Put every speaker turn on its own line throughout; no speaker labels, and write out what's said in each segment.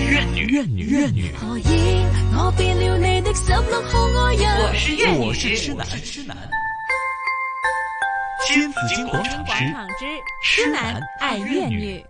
怨女，怨女，
何以我變了你的十六號愛人？
我是怨女，
我是痴男，
痴男。
新紫金廣場之
廣場之痴男愛怨女。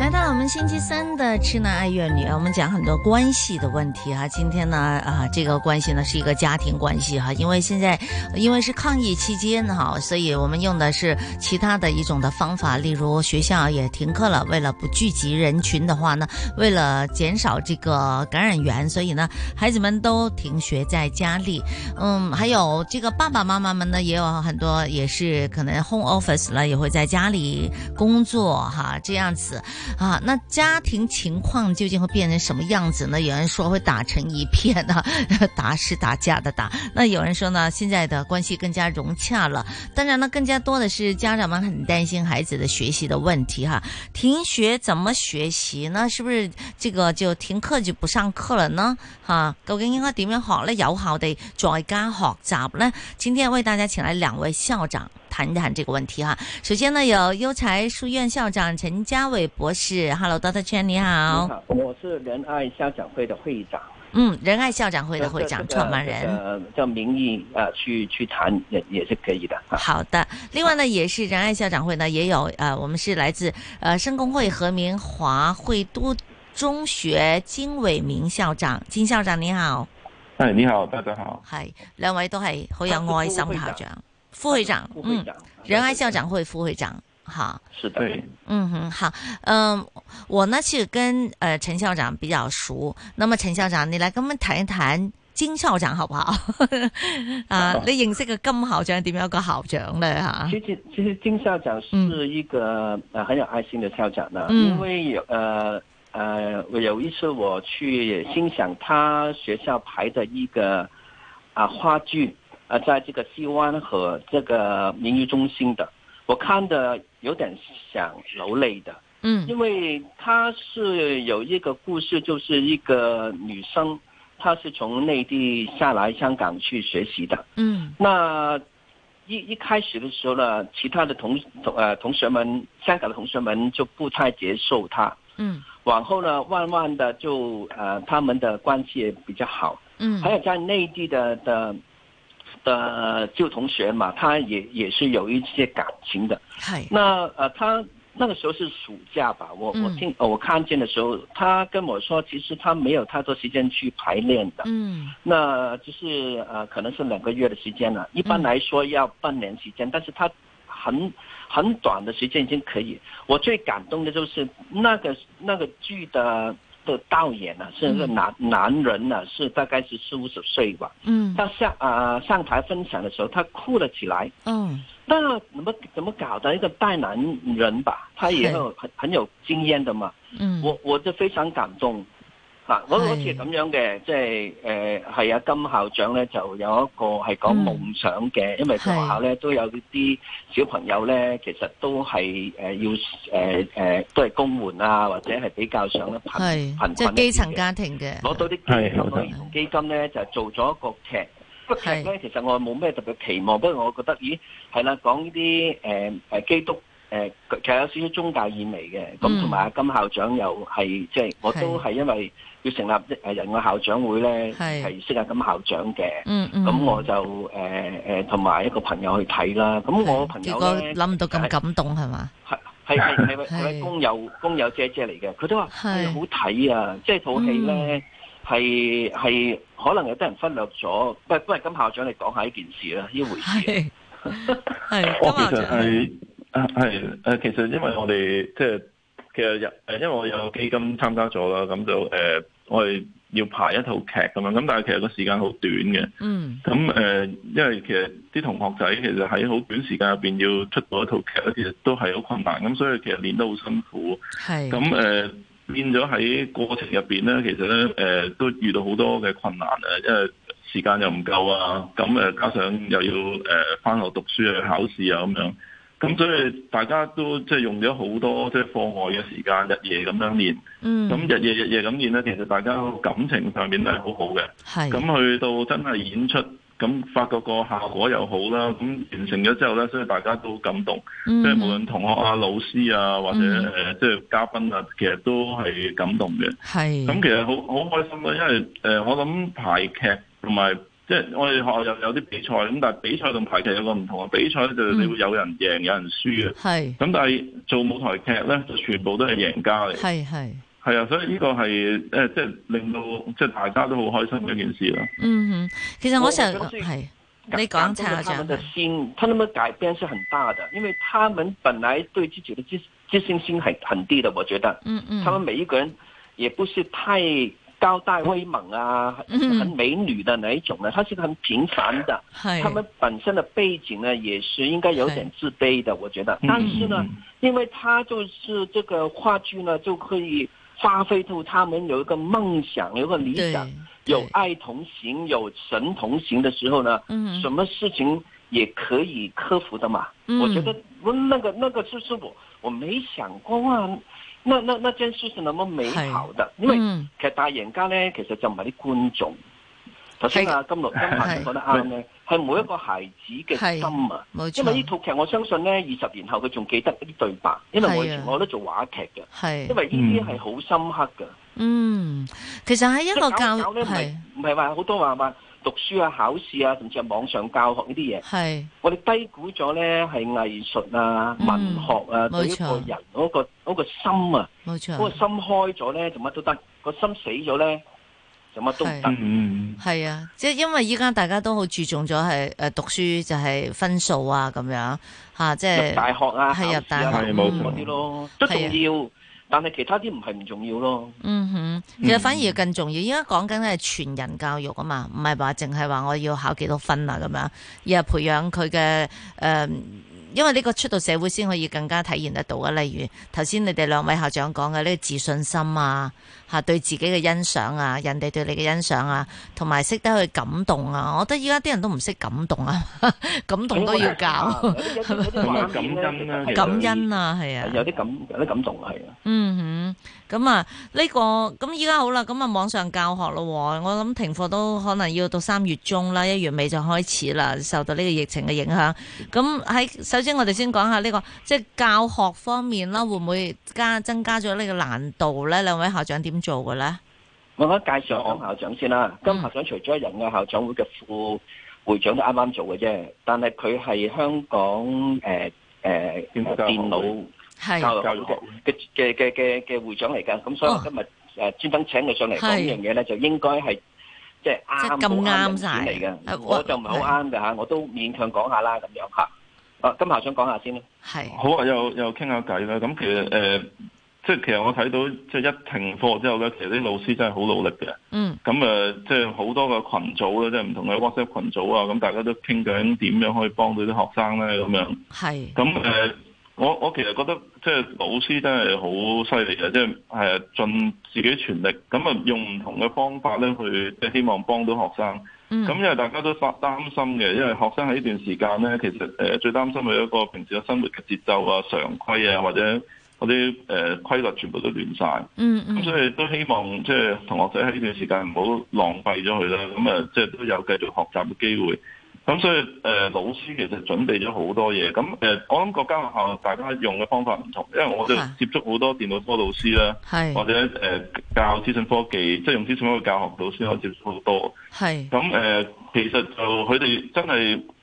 来到了我们星期三的痴男爱怨女，我们讲很多关系的问题哈。今天呢，啊，这个关系呢是一个家庭关系哈，因为现在因为是抗疫期间哈，所以我们用的是其他的一种的方法，例如学校也停课了，为了不聚集人群的话呢，为了减少这个感染源，所以呢，孩子们都停学在家里。嗯，还有这个爸爸妈妈们呢，也有很多也是可能 home office 了，也会在家里工作哈，这样子。啊，那家庭情况究竟会变成什么样子呢？有人说会打成一片啊， 打是打架的打。那有人说呢，现在的关系更加融洽了。当然呢，更加多的是家长们很担心孩子的学习的问题哈。停学怎么学习呢？是不是这个就停课就不上课了呢？哈、啊，究竟应该点样学呢？有效地在家学习呢？今天为大家请来两位校长。谈一谈这个问题哈。首先呢，有优才书院校长陈家伟博士，Hello，Doctor Chen，你好。
你好，我是仁爱校长会的会长，
嗯，仁爱校长会的会长、
这个
创办人。
这个叫名义啊、呃去去谈也也是可以的 啊。
好的，另外呢，也是仁爱校长会呢，也有呃，我们是来自呃深工会何明华会都中学金伟明校长，金校长你好，
哎，你好，大家好。
系兩位都係好有愛心嘅校長，副會長，
副会
嗯，
长，啊
仁愛校长會副會長，好。
是的，
对，
嗯哼，好，嗯、我呢是跟呃陈校长比较熟，那么陈校长，你来跟我们谈一谈金校长好不好？ 啊，你认识嘅金校长点样一个校长咧吓？
其实其实金校长是一个、呃很有爱心的校长呢，
嗯
因为有呃呃，我有一次我去欣赏他学校排的一个啊、话剧啊、呃在这个西湾和这个民娱中心的，我看的有点想流泪的。
嗯
因为他是有一个故事，就是一个女生，她是从内地下来香港去学习的。
嗯
那一一开始的时候呢，其他的同同呃同学们，香港的同学们就不太接受她。
嗯
往后呢，慢慢的就呃他们的关系也比较好。
嗯
还有在内地的的的旧同学嘛，他也也是有一些感情的。
系
那呃，他那个时候是暑假吧，我我
嗯
听、呃我看见的时候，他跟我说，其实他没有太多时间去排练的，
嗯
那就是呃，可能是两个月的时间了。一般
嗯
来说要半年时间，但是他很很短的时间已经可以。我最感动的就是那个那个剧的的导演呢、啊，是个
嗯
男、男人呢、啊，是大概是四五十岁吧。
嗯
他上啊、上台分享的时候，他哭了起来。
哦
那怎么怎么搞的？一个大男人吧，他也有很很有经验的嘛。
嗯
我我就非常感動嚇、啊我
係
好似咁樣嘅，即係誒係啊，金校長咧就有一個係講夢想嘅，因為佢
係
學校咧都有啲小朋友咧，其實都係誒、呃要誒誒、呃都係公援啊，或者係比較上咧貧
系
貧，
即系
困
基
一啲
层
嘅
家庭嘅，
攞到啲基
係
金
好
攞
得
兒童基金咧，就做咗一個劇。個劇咧，其實我冇咩特別期望，不過我覺得，咦，係啦，講呢啲誒誒基督誒，其實有少少宗教意味嘅。咁
嗯
同埋阿金校長又係即係，我都
係
係因為要成立誒人愛校長會咧，
係
係識阿金校長嘅。
嗯嗯，
咁我就誒誒同埋一個朋友去睇啦。咁我朋
结
友
果
咧
谂唔到咁感动系嘛？
係係係係位
係
係位工友工友姐姐嚟嘅，佢都話
係嗯
哎呀好睇啊！即係套戲咧係係可能有啲人忽略咗，不不如金校長你講下呢件事啦，呢回
系
事。
系
我
金
哦
校
其實
长，
係啊係誒，其實因為我哋即係其實入誒，因為我有基金參加咗啦，咁就誒、呃我哋要排一套劇咁樣，咁但係其實個時間好短嘅，
嗯
咁誒、呃因為其實啲同學仔其實喺好短時間入邊要出到一套劇咧，其實都係好困難，咁所以其實練得好辛苦。
系
咁誒、呃、變咗喺過程入邊咧，其實咧誒、呃都遇到好多嘅困難啊，因為時間又唔夠啊，咁誒、呃加上又要誒翻、學讀書啊、考試啊咁樣，咁所以大家都即係用咗好多即係課外嘅時間，日夜咁樣練，
嗯
咁日夜日夜咁練咧，其實大家個感情上面都係好好嘅。
系
咁去到真係演出咁發覺個效果又好啦，咁完成咗之後咧，所以大家都好感動，
嗯
即係無論同學啊、老師啊，或者
嗯
誒即係嘉賓啊，其實都係感動嘅。
係
咁其實好好開心啦，因為誒、呃我諗排劇同埋即係我哋學校有有啲比賽，咁但係比賽同排劇有個唔同嘅，啊比賽就
嗯
你會有人贏、有人輸嘅。
係
咁但係做舞台劇咧，就全部都係贏家嚟，
係係，
係啊，所以呢個係誒即係令到即係大家都好開心嘅一件事啦。
嗯哼，其實我
我
想
我覺得
係
改
你講蔡校
他
長
们，的心，他们的改变是很大的，因为他们本来对自己的自自信心很很低的，我觉得
嗯嗯，
他们每一个人也不是太高大威猛啊，
嗯
很美女的那一种呢，他是很平凡的，
係
他们本身的背景呢也是应该有点自卑的，我觉得。
嗯
但是呢
嗯，
因为他就是这个话剧呢，就可以发挥出他们有一个梦想，有一个理
對
想。
對
有爱同行，有神同行的时候呢，
嗯
什么事情也可以克服的嘛。
嗯
我觉得我那个那个就是我我没想过啊，那那那件事是那么美好的，因為
嗯
其實大贏家咧，其實就唔係啲觀眾。頭先啊，金律金霞
係
講得啱咧，係每一個孩子嘅心啊。
冇
因為呢
錯，
套劇，我相信咧，二十年後佢仲記得啲對白，因為我以
係啊
前我都做話劇嘅，因
係
為呢啲係好深刻嘅。
嗯，其實喺一
即
個
係
教
搞搞咧，唔係
係
唔係話好多話話讀書啊、考試啊，甚至係網上教學呢啲嘢，
係
我哋低估咗咧係藝術啊、
嗯
文學啊對一
冇錯
個人嗰個嗰個心啊，
冇
嗰個
錯，
心開咗咧就乜都得，個心死咗咧就乜都唔得。
嗯，
係啊，即係因為依家大家都好注重咗係誒讀書就係分數啊咁樣嚇，即
入大
係
學啊、考
係入
試
大
啊
學
係冇錯
嗰啲咯，都重要，但係其他啲唔係唔重要咯。
嗯哼，其實反而更重要，依家講緊係全人教育啊嘛，唔係話淨係話我要考幾多分啊咁樣，而係培養佢嘅誒，因為呢個出到社會先可以更加體現得到啊。例如頭先你哋兩位校長講嘅呢個自信心啊，嚇對自己嘅欣賞啊，人哋對你嘅欣賞啊，同埋識得去感動啊。我覺得依家啲人都唔識感動啊， 感啊動都要教
有啲有 啲有啲畫面呢
感
其實
恩啦
係
感恩啊，係啊
係。有啲感有啲感動係啊。
嗯哼，咁啊呢個咁依家好啦，咁啊網上教學咯喎，我諗停課都可能要到三月中啦，一月尾就開始啦，受到呢個疫情嘅影響。咁喺首先我哋先講下呢、個即係教學方面啦，會唔會加增加咗呢個難度咧？兩位校長點做嘅咧？
我覺得介紹下金校長先啦。金校長除咗係仁愛校長會嘅副會長都啱啱做嘅啫，但係佢係香港誒誒
電腦教學會
電腦
係
教育學會嘅嘅嘅嘅嘅會長嚟㗎。咁所以我今日誒專登請佢上嚟講
係
呢樣嘢咧，就應該係
即
即係
係
啱
咁
好人
啱晒
選嚟
啊
嘅。我就唔係好啱㗎嚇，我都勉強講下啦咁樣嚇。啊，金校長講下先啦。
係
好啊，又又傾下偈啦。咁其實誒、呃即係其實我睇到即係一停課之後咧，其實啲老師真係好努力嘅。
嗯
咁誒、呃即係好多個群組啦，即係唔同嘅 WhatsApp 群組啊，咁大家都傾緊點樣可以幫到啲學生咧咁樣。
係
咁誒、呃我我其實覺得即係老師真係好犀利嘅，即係係盡自己全力，咁啊用唔同嘅方法咧去即係希望幫到學生。
嗯
咁因為大家都擔擔心嘅，因為學生喺呢段時間咧，其實誒、呃最擔心佢一個平時嘅生活嘅節奏啊、常規啊，或者嗰啲誒規律全部都亂晒。咁、
嗯嗯
所以都希望即係同學仔喺呢段時間唔好浪費咗佢啦。咁啊，即係都有繼續學習嘅機會。咁所以誒、呃老師其實準備咗好多嘢。咁誒、呃我諗各間學校大家用嘅方法唔同，因為我就
嚇
接觸好多電腦科老師啦，或
係
者誒、呃教資訊科技，即係用資訊科技教學老師，我接觸好多。
係
咁誒、呃其實就佢哋真係就住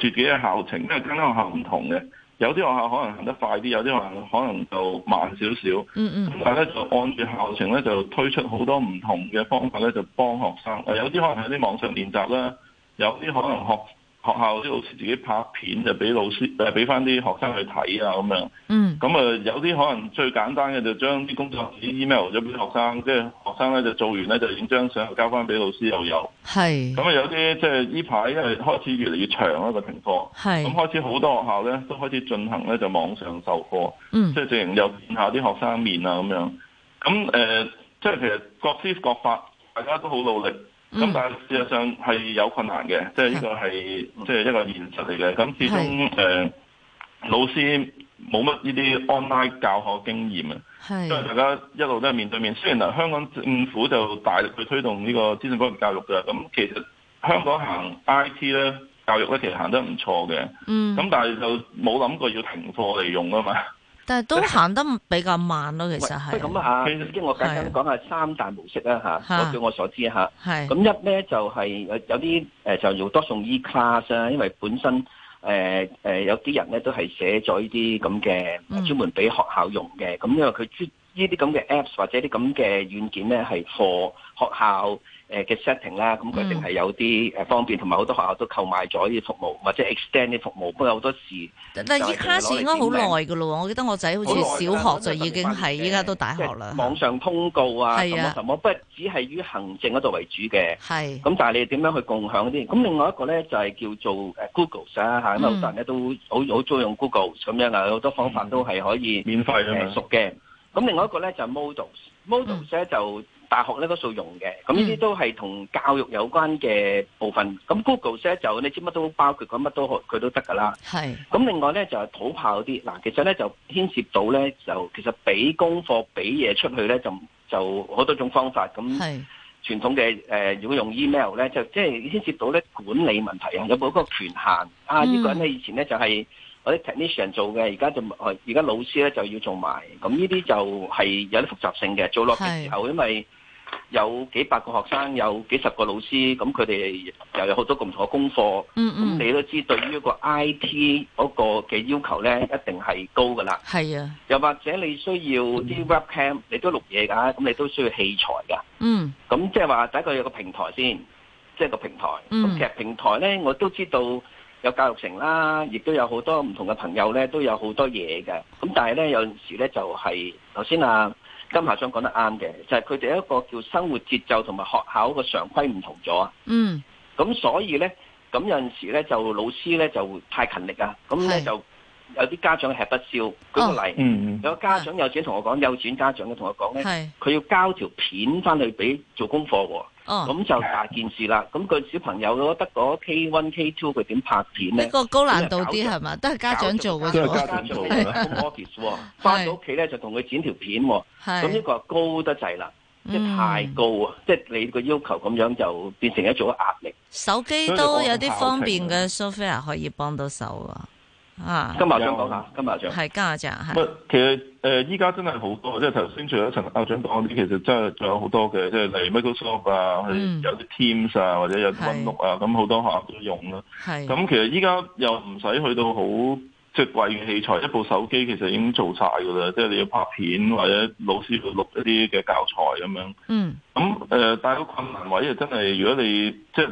自己嘅校程，因為間間學校唔同嘅，有啲學校可能行得快啲，有啲學校可能就慢少少。
嗯嗯
咁大家就按住校程咧，就推出好多唔同嘅方法咧，就幫學生。呃有啲可能喺啲網上練習啦，有啲可能學學校啲老師自己拍片就俾老師誒俾翻啲學生去睇啊咁樣。
嗯
咁啊，呃有啲可能最簡單嘅就將啲工作紙 email 咗俾學生，即係學生咧就做完咧就影張相交翻俾老師又有。
係
咁啊，有啲即係呢排因為開始越嚟越長啦個情況，
係
咁開始好多學校咧都開始進行咧就網上授課，
嗯
即係直情又見下啲學生面啊咁樣。咁誒、呃即係其實各施各法，大家都好努力。咁、
嗯
但係事實上係有困難嘅，即係呢個係即係一個現實嚟嘅。咁始終誒、呃老師冇乜呢啲 online 教學經驗啊。因為
係
大家一路都係面對面，雖然嗱香港政府就大力去推動呢個資訊科技教育嘅，咁其實香港行 I T 咧，教育咧其實行得唔錯嘅，
嗯，
咁但係就冇諗過要停課嚟用啊嘛。
但係都行得比較慢咯，其實
喂
係
咁啊，
其實
即係我簡單講下三大模式啦嚇。
嚇
我據我所知嚇，
係
咁一咧就係有有啲誒就用多送 E class 啦，因為本身誒誒有啲人咧都係寫咗呢啲咁
嗯
嘅專門俾學校用嘅，咁因為佢專呢啲咁嘅 apps 或者啲咁嘅軟件咧係 for 學校誒嘅 setting 啦，咁佢一定係有啲誒方便，同埋好多學校都購買咗呢啲服務或者 extend 啲服務，不過好多時。
但但係依
就係
卡士應該好耐噶咯，我記得我仔好似小學就已經係，依家都大學啦
即係。網上通告啊，
係
什
啊
麼什麼，不過只係於行政嗰度為主嘅。
係
咁但係你點樣去共享啲？咁另外一個咧就係、叫做誒 Google 啦嚇，咁好多人咧都好好中意用 Google 咁樣啊，有好多方法都係可以
免費啊
誒
嘛，
熟嘅。咁另外一個咧就係 Models，Models 咧就大學咧嗰度用嘅。咁呢啲都係同教育有關嘅部分。咁 Google 咧就你知乜都包括，咁乜都佢都得㗎啦。
係
咁另外咧就係土炮嗰啲，嗱其實咧就牽涉到咧就其實俾功課俾嘢出去咧就就好多種方法，咁
係
傳統嘅誒、呃如果用 email 咧就即係牽涉到咧管理問題啊，有冇嗰個權限啊？
嗯
呢、個人咧以前咧就係嗰啲 technician 做嘅，而家就呃而家老師咧就要做埋，咁呢啲就係有啲複雜性嘅，做落嘅時候因為。有幾百個學生，有幾十個老師，咁佢哋又有好多唔同嘅功課，
嗯
咁
嗯
你都知對於個 I T 嗰個嘅要求咧，一定係高噶啦。
係啊
又或者你需要啲 webcam，你都錄嘢㗎，咁你都需要器材㗎。
嗯
咁即係話第一個有個平台先，即係個平台。咁、
嗯
其實平台咧，我都知道有教育城啦，亦都有好多唔同嘅朋友咧，都有好多嘢嘅。咁但係咧有陣時咧就係頭先啊金校長講得啱嘅，就係佢哋一個叫生活節奏同埋學校個常規唔同咗啊。
嗯
咁所以咧，咁有陣時咧就老師咧就太勤力啊，咁咧
係哦
就有啲家長吃不消。舉個例，
嗯，
有個家長幼稚園同我講，幼稚園家長咧同我講咧，
係
佢要交條片翻去俾做功課喎，
哦。
咁就大件事啦。咁佢小朋友咯，得嗰 K one K two，佢點拍片
呢
咧？
個高難度啲係嘛？都係家長做嘅
都
都係
係家
家
啫，
長
長
做
做
嘅
嘅 home office 喎，翻到屋企咧就同佢剪條片喎。咁呢
係
個高得滯啦，即係太
嗯
高啊！即係你個要求咁樣就變成一種壓力。
手機都有啲方便嘅 software 可以幫到手啊！啊，
今日想講下，今日想。
係家長係
不，其實誒依家真係好多，即係頭先除咗陳校長講嗰啲，其實真係仲有好多嘅，即係例如 Microsoft 啊，
嗯
有啲 Teams 啊，或者有啲 OneNote 啊，咁好多學校都用啦。
係
咁其實依家又唔使去到好即係貴嘅器材，一部手機其實已經做晒㗎啦。即係你要拍片或者老師要錄一啲嘅教材咁樣。
嗯
咁誒、呃但係個困難位就真係，如果你即係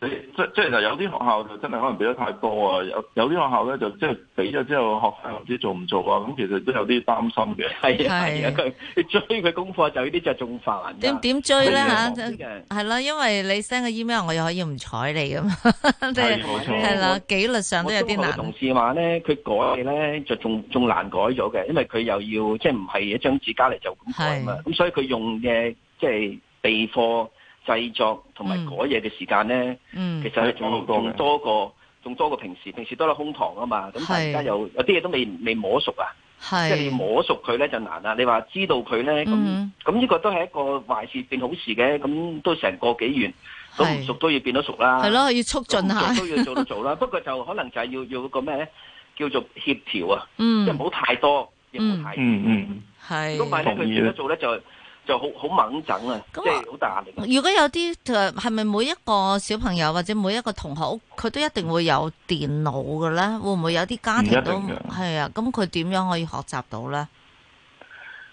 你即即係有啲學校就真係可能俾得太多啊，有有啲學校咧就即係俾咗之後，學生又唔知做唔做啊，咁其實都有啲擔心嘅。
係啊
係
係啊，佢你追佢功課就呢啲就仲煩㗎。
點點追咧嚇？
呢啲嘅
係啦，因為你 send 個 email，我又可以唔睬你噶嘛，即
係
係
冇錯，
係啦，紀律上都有啲
我中學嘅
難。啊
同事話咧，佢改咧就仲仲難改咗嘅，因為佢又要即係唔係一張紙加嚟就咁改啊嘛。咁所以佢用嘅即係備課、製作同埋
嗯
改嘢嘅時間咧，
嗯
其，實係仲
係多好
仲
多嘅
多過仲多過平時，平時多咗空堂啊嘛。咁但
係
係而家有有啲嘢都未未摸熟啊，即係你要
係
摸熟佢咧就難啦。你話知道佢咧咁。
嗯
咁呢個都係一個壞事變好事嘅，咁都成個幾月，咁唔
係
熟都要變咗熟啦。
係，咯，要促進下
都，要做到 做啦。不過就可能就係要要個咩咧，叫做協調啊，即係
嗯
唔好太多，亦唔好太少。
嗯嗯，
係
如。果唔係咧，
同
佢
意
變咗做咧就就好好猛整啊，即
咁啊
係好大壓力啊。
如果有啲誒係咪每一個小朋友或者每一個同學屋佢都一定會有電腦嘅咧？會唔會有啲家庭都
唔一定㗎
係啊？咁佢點樣可以學習到咧？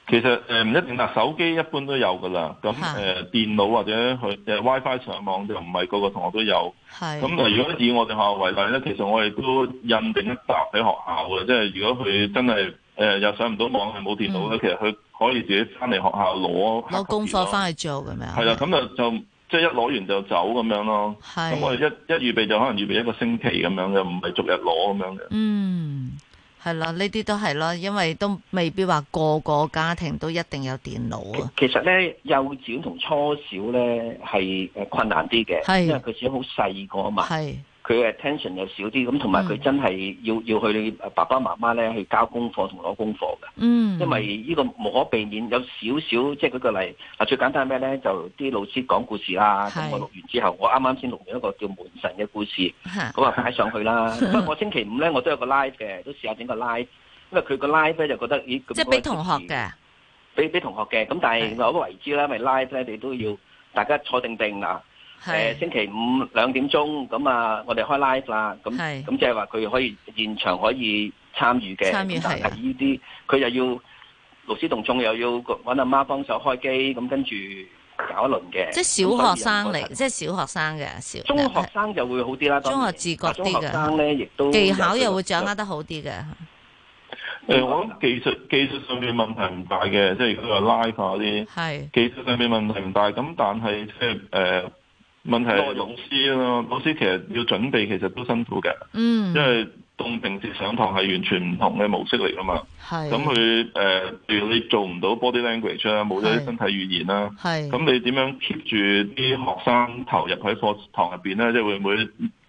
其實呃誒唔一定啦，手機一般都有噶啦。咁誒、
嚇
電腦或者佢誒 WiFi 上網就唔係個個同學都有。
係
咁如果以我哋學校為例咧，其實我哋都印定一沓俾學校嘅，即係如果佢真係誒、呃又上唔到網，係冇電腦咧，其實佢可以自己翻嚟學校攞
嗯攞功課
嚟。
翻去做咁樣。
係啦，咁就就即係一攞完就走咁樣咯。咁我哋
係
一一預備就可能預備一個星期咁樣嘅，唔係逐日攞咁樣嘅。
嗯係啦，呢啲都係啦，因為都未必話個個家庭都一定有電腦啊。
其實咧，幼稚園同初小咧係誒困難啲嘅，
係
因為佢始終好細個啊嘛，
係嗯
佢佢嘅 attention 又少啲，咁同埋佢真係要要去呃爸爸媽媽咧去交功課同攞功課嘅。
嗯，
因為呢個無可避免有少少，即係舉個例，啊最簡單咩咧？就啲老師講故事啦，咁
係
我錄完之後，我啱啱先錄完一個叫門神嘅 故事，
吓
咁啊擺上去 啦。不過我星期五咧，我都有個 live 嘅，都試下整個 live，因為佢個 live 咧就覺得咦，咁
即係俾同學，嘅，
俾俾同學嘅。咁但係
係
我都為之啦，咪 live 咧你都要大家坐定定啊嗱。誒、
係
呃星期五兩點鐘咁啊，我哋開 live 啦，咁
係
咁即係話佢可以現場可以參與嘅，
參與
咁但
係啊
係呢啲佢又要勞師動眾，又要揾阿媽幫手開機，咁跟住搞一輪嘅。
即係
咁所以
小學生
我
嚟，
覺得。
即係小學生嘅小
中學生就會好啲啦，當然啊
中學自覺啲嘅
中學生咧亦都
技巧又會掌握得好啲嘅，
誒、
嗯
我諗技術技術上面問題唔大嘅，即係佢話 live 啊嗰啲。
係
技術上面問題唔大，咁但係即係誒問題係老師咯，老師其實要準備其實都辛苦嘅，
嗯
因為同平時上堂係完全唔同嘅模式嚟噶嘛。
係
咁佢誒，譬如你做唔到 body language 啦，冇咗
係
啲身體語言啦，
係
咁你點樣 keep 住啲學生投入喺課堂入邊咧？即係會唔會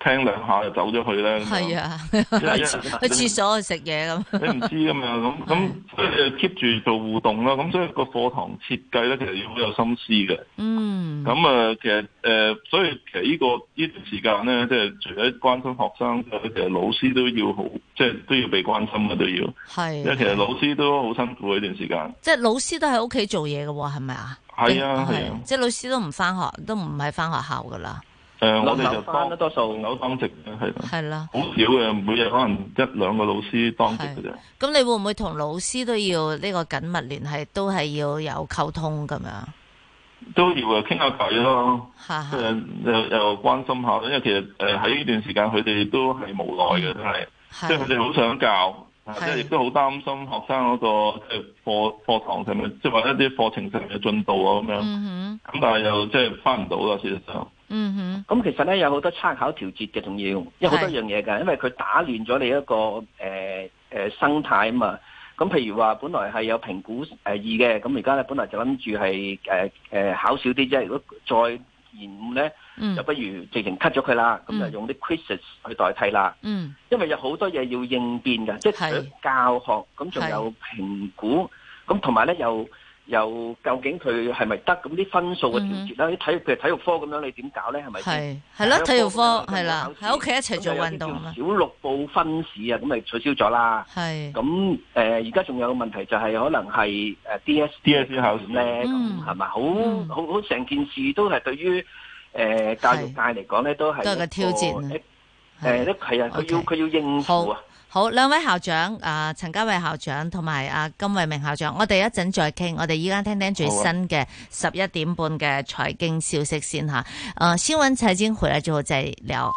聽兩下就走咗去咧？咁樣
係 啊，
因 為因為
去廁所去食嘢咁，
你唔知咁樣咁咁，所以你 keep 住做互動啦。咁所以個課堂設計咧，其實要好有心思嘅。
嗯，
咁啊，其實誒、呃所以其實呢、個呢段時間咧，即係除咗關心學生，其實老師都要好，即係都要被關心啊嘅都要，
嗯
因為其實
係，
老師都好辛苦嘅呢段時間。
即係老師都喺屋企做嘢嘅喎，係咪啊？
係啊
定
係啊
即係老師都唔翻學，都唔係翻學校噶啦，
誒、呃我
輪
哋就
流翻啦，
當
多數
有當值嘅係啦，
係啦。
好少嘅，每日可能一兩個老師當值嘅啫。
咁你會唔會同老師都要呢個緊密聯繫，都係要有溝通咁樣？
都要誒傾下偈咯，
哈
啊
即
哈，
係又又關心下，因為其實誒喺呢段時間佢哋都係無奈嘅，真係。即係佢
係
哋好想教，啊
係
即係亦都好擔心學生嗰個即係課課堂上面，即係話一啲課程上面嘅進度啊咁樣。
嗯哼，
咁但係又即係翻唔到啦，事實上。
嗯哼，
咁其實咧有好多參考調節嘅，仲要，因為好多
係
樣嘢㗎，因為佢打亂咗你一個誒誒、呃呃生態啊嘛。咁譬如話，本來係有評估誒二嘅，咁而家咧本來就諗住係誒誒考少啲啫。如果再延誤咧，
嗯
就不如直情 cut 咗佢啦，咁就用啲 quizzes 去代替啦。
嗯
因為有好多嘢要應變㗎，即係除咗教學，咁仲有評估，咁同埋咧又又究竟佢係咪得？咁啲分數嘅調節啦，
嗯
啲、體育譬如體育科咁樣，你點搞咧？係咪先？
係係咯，體育科係啦，
咁
喺屋企一齊
咁
做
就有
運
啲
動
叫
啊嘛，
小六部分試啊，咁咪取消咗啦。
係
咁誒，呃而家仲有個問題就係可能係誒 D S
DSE 考試
咧，
嗯
咁係咪好
嗯
好好成件事都係對於誒教育界嚟講咧，都係
都係個
一
挑戰啊
一誒，咧係啊，佢要
OK
佢要應付啊。
好，兩位校長啊，陳家偉校長同埋啊金慧明校長，我哋一陣再傾。我哋依家聽聽最
啊
新嘅十一點半嘅財經消息先吓。呃，新聞財經回來之後再聊。